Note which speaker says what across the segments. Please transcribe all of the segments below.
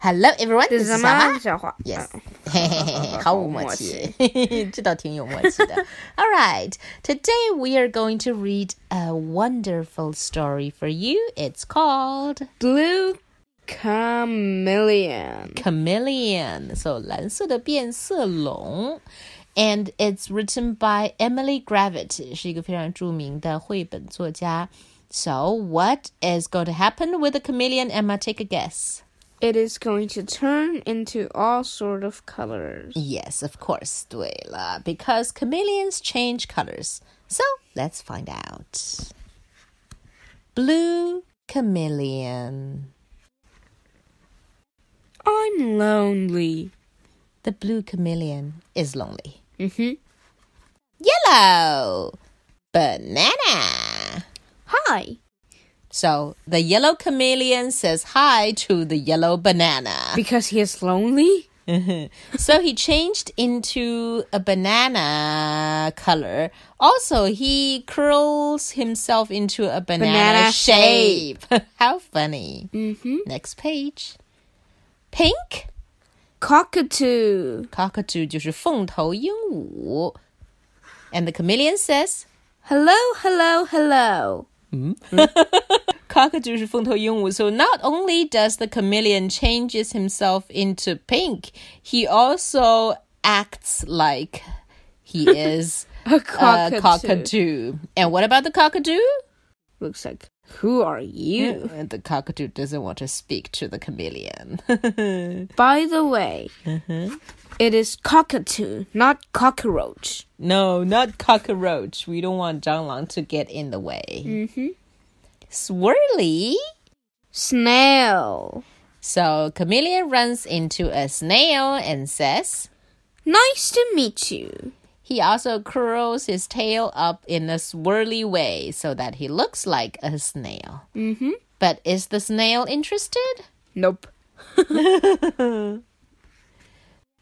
Speaker 1: Hello everyone，
Speaker 2: 这
Speaker 1: 这
Speaker 2: 是
Speaker 1: 是
Speaker 2: 什
Speaker 1: 小花
Speaker 2: 么笑话
Speaker 1: Yes，
Speaker 2: 嗯
Speaker 1: 嘿嘿嘿 嘿，毫无默契，嘿嘿嘿，这倒挺有默契的。All right, today we are going to read a wonderful story for you. It's called
Speaker 2: Blue chameleon.
Speaker 1: Chameleon. So 蓝色的变色龙。And it's written by Emily Gravett，是一个非常著名的绘本作家。So what is going to happen with the chameleon? Emma, take a guess.
Speaker 2: It is going to turn into all sort of colors.
Speaker 1: Yes, of course. 对了, because chameleons change colors. So let's find out. Blue chameleon.
Speaker 2: I'm lonely.
Speaker 1: The blue chameleon is lonely.
Speaker 2: Mm-hmm.
Speaker 1: Yellow banana.
Speaker 2: Hi.
Speaker 1: So the yellow chameleon says hi to the yellow banana.
Speaker 2: Because he is lonely?
Speaker 1: so he changed into a banana color. Also, he curls himself into a banana,
Speaker 2: Banana
Speaker 1: shape. How funny.
Speaker 2: Mm-hmm.
Speaker 1: Next page. Pink
Speaker 2: Cockatoo.
Speaker 1: cockatoo 就是凤头鹦鹉. And the chameleon says,
Speaker 2: Hello, hello, hello.
Speaker 1: cockatoo 是凤头鹦鹉. So not only does the chameleon changes himself into pink, he also acts like he is
Speaker 2: A
Speaker 1: cockatoo. Uh,
Speaker 2: cockatoo.
Speaker 1: cockatoo. And what about the cockatoo?
Speaker 2: Looks like, who are you?
Speaker 1: Uh, The cockatoo doesn't want to speak to the chameleon.
Speaker 2: By the way, Mm-hmm. it is cockatoo, not cockroach.
Speaker 1: no, not cockroach. We don't want Zhang Lang to get in the way.
Speaker 2: Mm-hmm.
Speaker 1: Swirly.
Speaker 2: Snail.
Speaker 1: So chameleon runs into a snail and says
Speaker 2: Nice to meet you.
Speaker 1: he also curls his tail up in a swirly way so that he looks like a snail.
Speaker 2: Mm-hmm.
Speaker 1: But is the snail interested?
Speaker 2: Nope.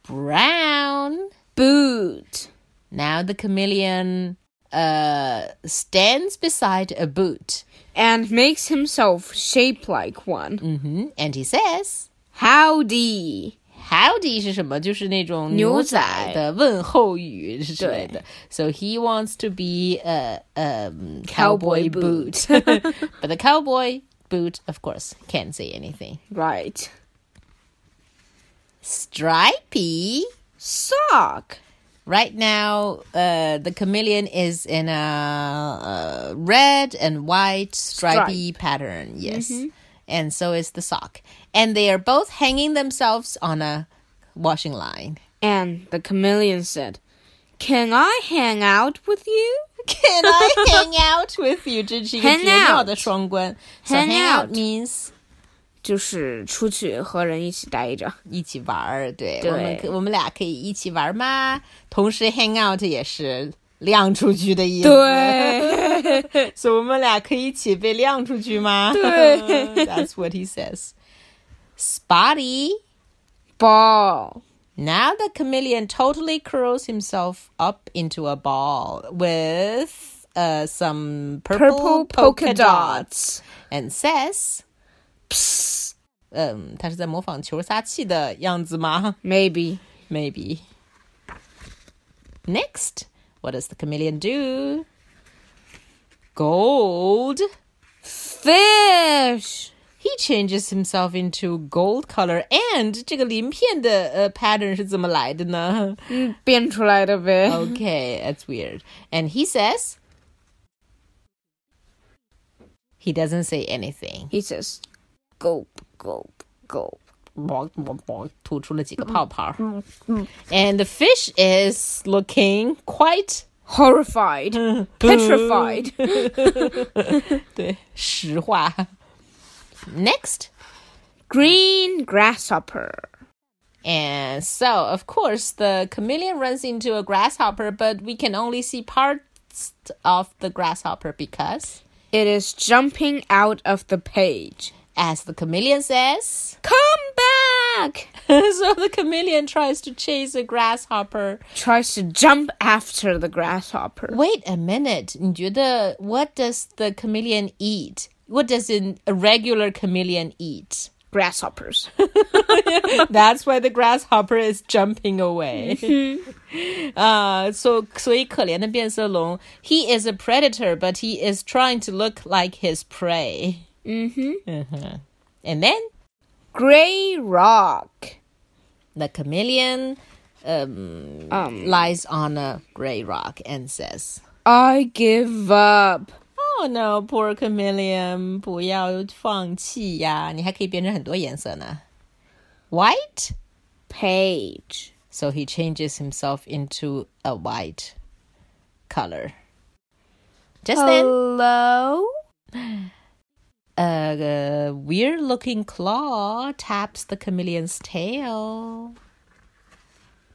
Speaker 1: Brown.
Speaker 2: Boot.
Speaker 1: Now the chameleon uh stands beside a boot.
Speaker 2: And makes himself shaped like one.
Speaker 1: hmm And he says,
Speaker 2: Howdy.
Speaker 1: "Howdy" 是什么？就是那种牛仔的问候语之类的。So he wants to be a, a cowboy,
Speaker 2: Cowboy
Speaker 1: boot,
Speaker 2: boot.
Speaker 1: but the cowboy boot, of course, can't say anything.
Speaker 2: Right.
Speaker 1: Stripey.
Speaker 2: Sock.
Speaker 1: Right now, uh, the chameleon is in a uh, red and white stripy pattern. Yes. And so is the sock. And they are both hanging themselves on a washing line.
Speaker 2: And the chameleon said, Can I hang out with you?
Speaker 1: Can I hang out with you? 这是一个
Speaker 2: Hang
Speaker 1: 绝妙的双关。So
Speaker 2: Hang
Speaker 1: hang out
Speaker 2: out.
Speaker 1: means
Speaker 2: 就是出去和人一起待 着。
Speaker 1: 一起玩儿，对
Speaker 2: 对
Speaker 1: 我们可我们俩可以一起玩儿吗？同时 hang out 也是晾出去的意思，
Speaker 2: 对，
Speaker 1: 所以我们俩可以一起被晾出去吗？
Speaker 2: 对
Speaker 1: ，That's what he says. Spotty.
Speaker 2: Ball.
Speaker 1: Now the chameleon totally curls himself up into a ball with uh, some purple,
Speaker 2: Purple polka dots.
Speaker 1: and says, "Psst." 嗯，他是在模仿球撒气的样子吗？
Speaker 2: Maybe.
Speaker 1: Maybe. Next, what does the chameleon do? Gold.
Speaker 2: Fish.
Speaker 1: He changes himself into gold color. And 这个鳞片的呃 pattern 是怎么来的呢？
Speaker 2: 嗯，变出来的呗。
Speaker 1: okay, that's weird. And he says he doesn't say anything.
Speaker 2: He says, gulp, gulp, gulp.
Speaker 1: 吐出了几个泡泡。And the fish is looking quite
Speaker 2: Horrified. Petrified.
Speaker 1: 对，实话。Next,
Speaker 2: Green grasshopper.
Speaker 1: and so of course the chameleon runs into a grasshopper, but we can only see parts of the grasshopper because,
Speaker 2: It is jumping out of the page.
Speaker 1: as the chameleon says,
Speaker 2: Come back!
Speaker 1: so the chameleon tries to chase a grasshopper.
Speaker 2: Tries to jump after the grasshopper.
Speaker 1: Wait a minute, 你觉得 what does the chameleon eat? What does an, a regular chameleon eat?
Speaker 2: grasshoppers.
Speaker 1: That's why the grasshopper is jumping away. uh, so 所以可怜的变色龙, he is a predator, but he is trying to look like his prey. Uh-huh. And then
Speaker 2: Gray rock.
Speaker 1: the chameleon um, lies on a gray rock and says,
Speaker 2: I give up.
Speaker 1: Oh no, poor chameleon, 不要放弃呀，你还可以变成很多颜色呢。White?
Speaker 2: Page.
Speaker 1: So he changes himself into a white color. Just
Speaker 2: Oh. Hello?
Speaker 1: then, a weird looking claw taps the chameleon's tail.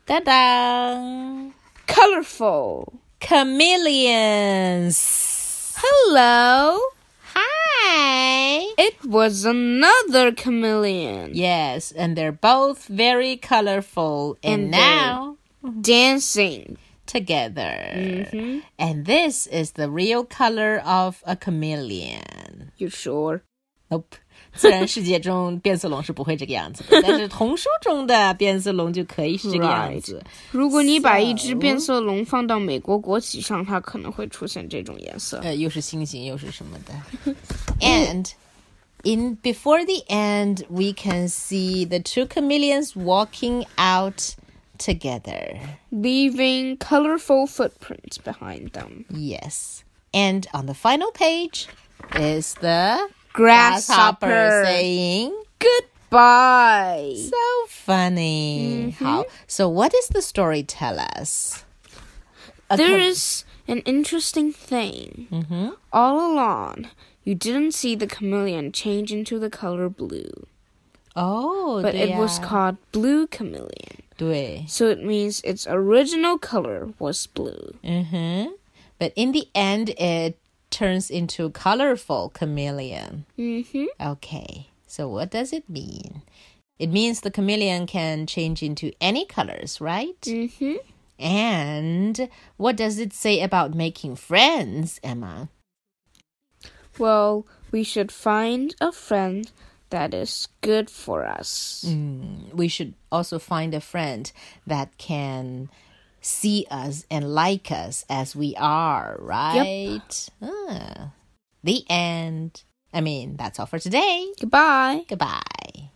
Speaker 1: Da da!
Speaker 2: Colorful.
Speaker 1: Chameleons!
Speaker 2: Hello?
Speaker 1: Hi!
Speaker 2: It was another chameleon
Speaker 1: Yes, and they're both very colorful. And,
Speaker 2: And
Speaker 1: now
Speaker 2: dancing.
Speaker 1: together. And this is the real color of a chameleon.
Speaker 2: You sure?
Speaker 1: Nope. 自然世界中变色龙是不会这个样子的，但是童书中的变色龙就可以是这个样子。
Speaker 2: 如果你把一只变色龙放到美国国旗上，它可能会出现这种颜色。
Speaker 1: 呃，又是星星又是什么的。And in before the end, we can see the two chameleons walking out together.
Speaker 2: leaving colorful footprints behind them.
Speaker 1: Yes. And on the final page is the
Speaker 2: Grasshopper.
Speaker 1: eh? saying,
Speaker 2: Goodbye.
Speaker 1: so funny.
Speaker 2: Mm-hmm.
Speaker 1: How? So, what does the story tell us?
Speaker 2: There is an interesting thing.
Speaker 1: Mm-hmm.
Speaker 2: All along, you didn't see the chameleon change into the color blue,
Speaker 1: Oh,
Speaker 2: but it was called blue chameleon. So it means its original color was blue.
Speaker 1: Mm-hmm. But in the end, it turns into colorful chameleon.
Speaker 2: Mm-hmm.
Speaker 1: Okay. So, what does it mean? It means the chameleon can change into any colors, right?
Speaker 2: Mm-hmm.
Speaker 1: And what does it say about making friends, Emma?
Speaker 2: Well, we should find a friend that is good for us.
Speaker 1: Mm. We should also find a friend that can see us and like us as we are, right? Ah, the end. I mean, that's all for today.
Speaker 2: Goodbye.
Speaker 1: Goodbye.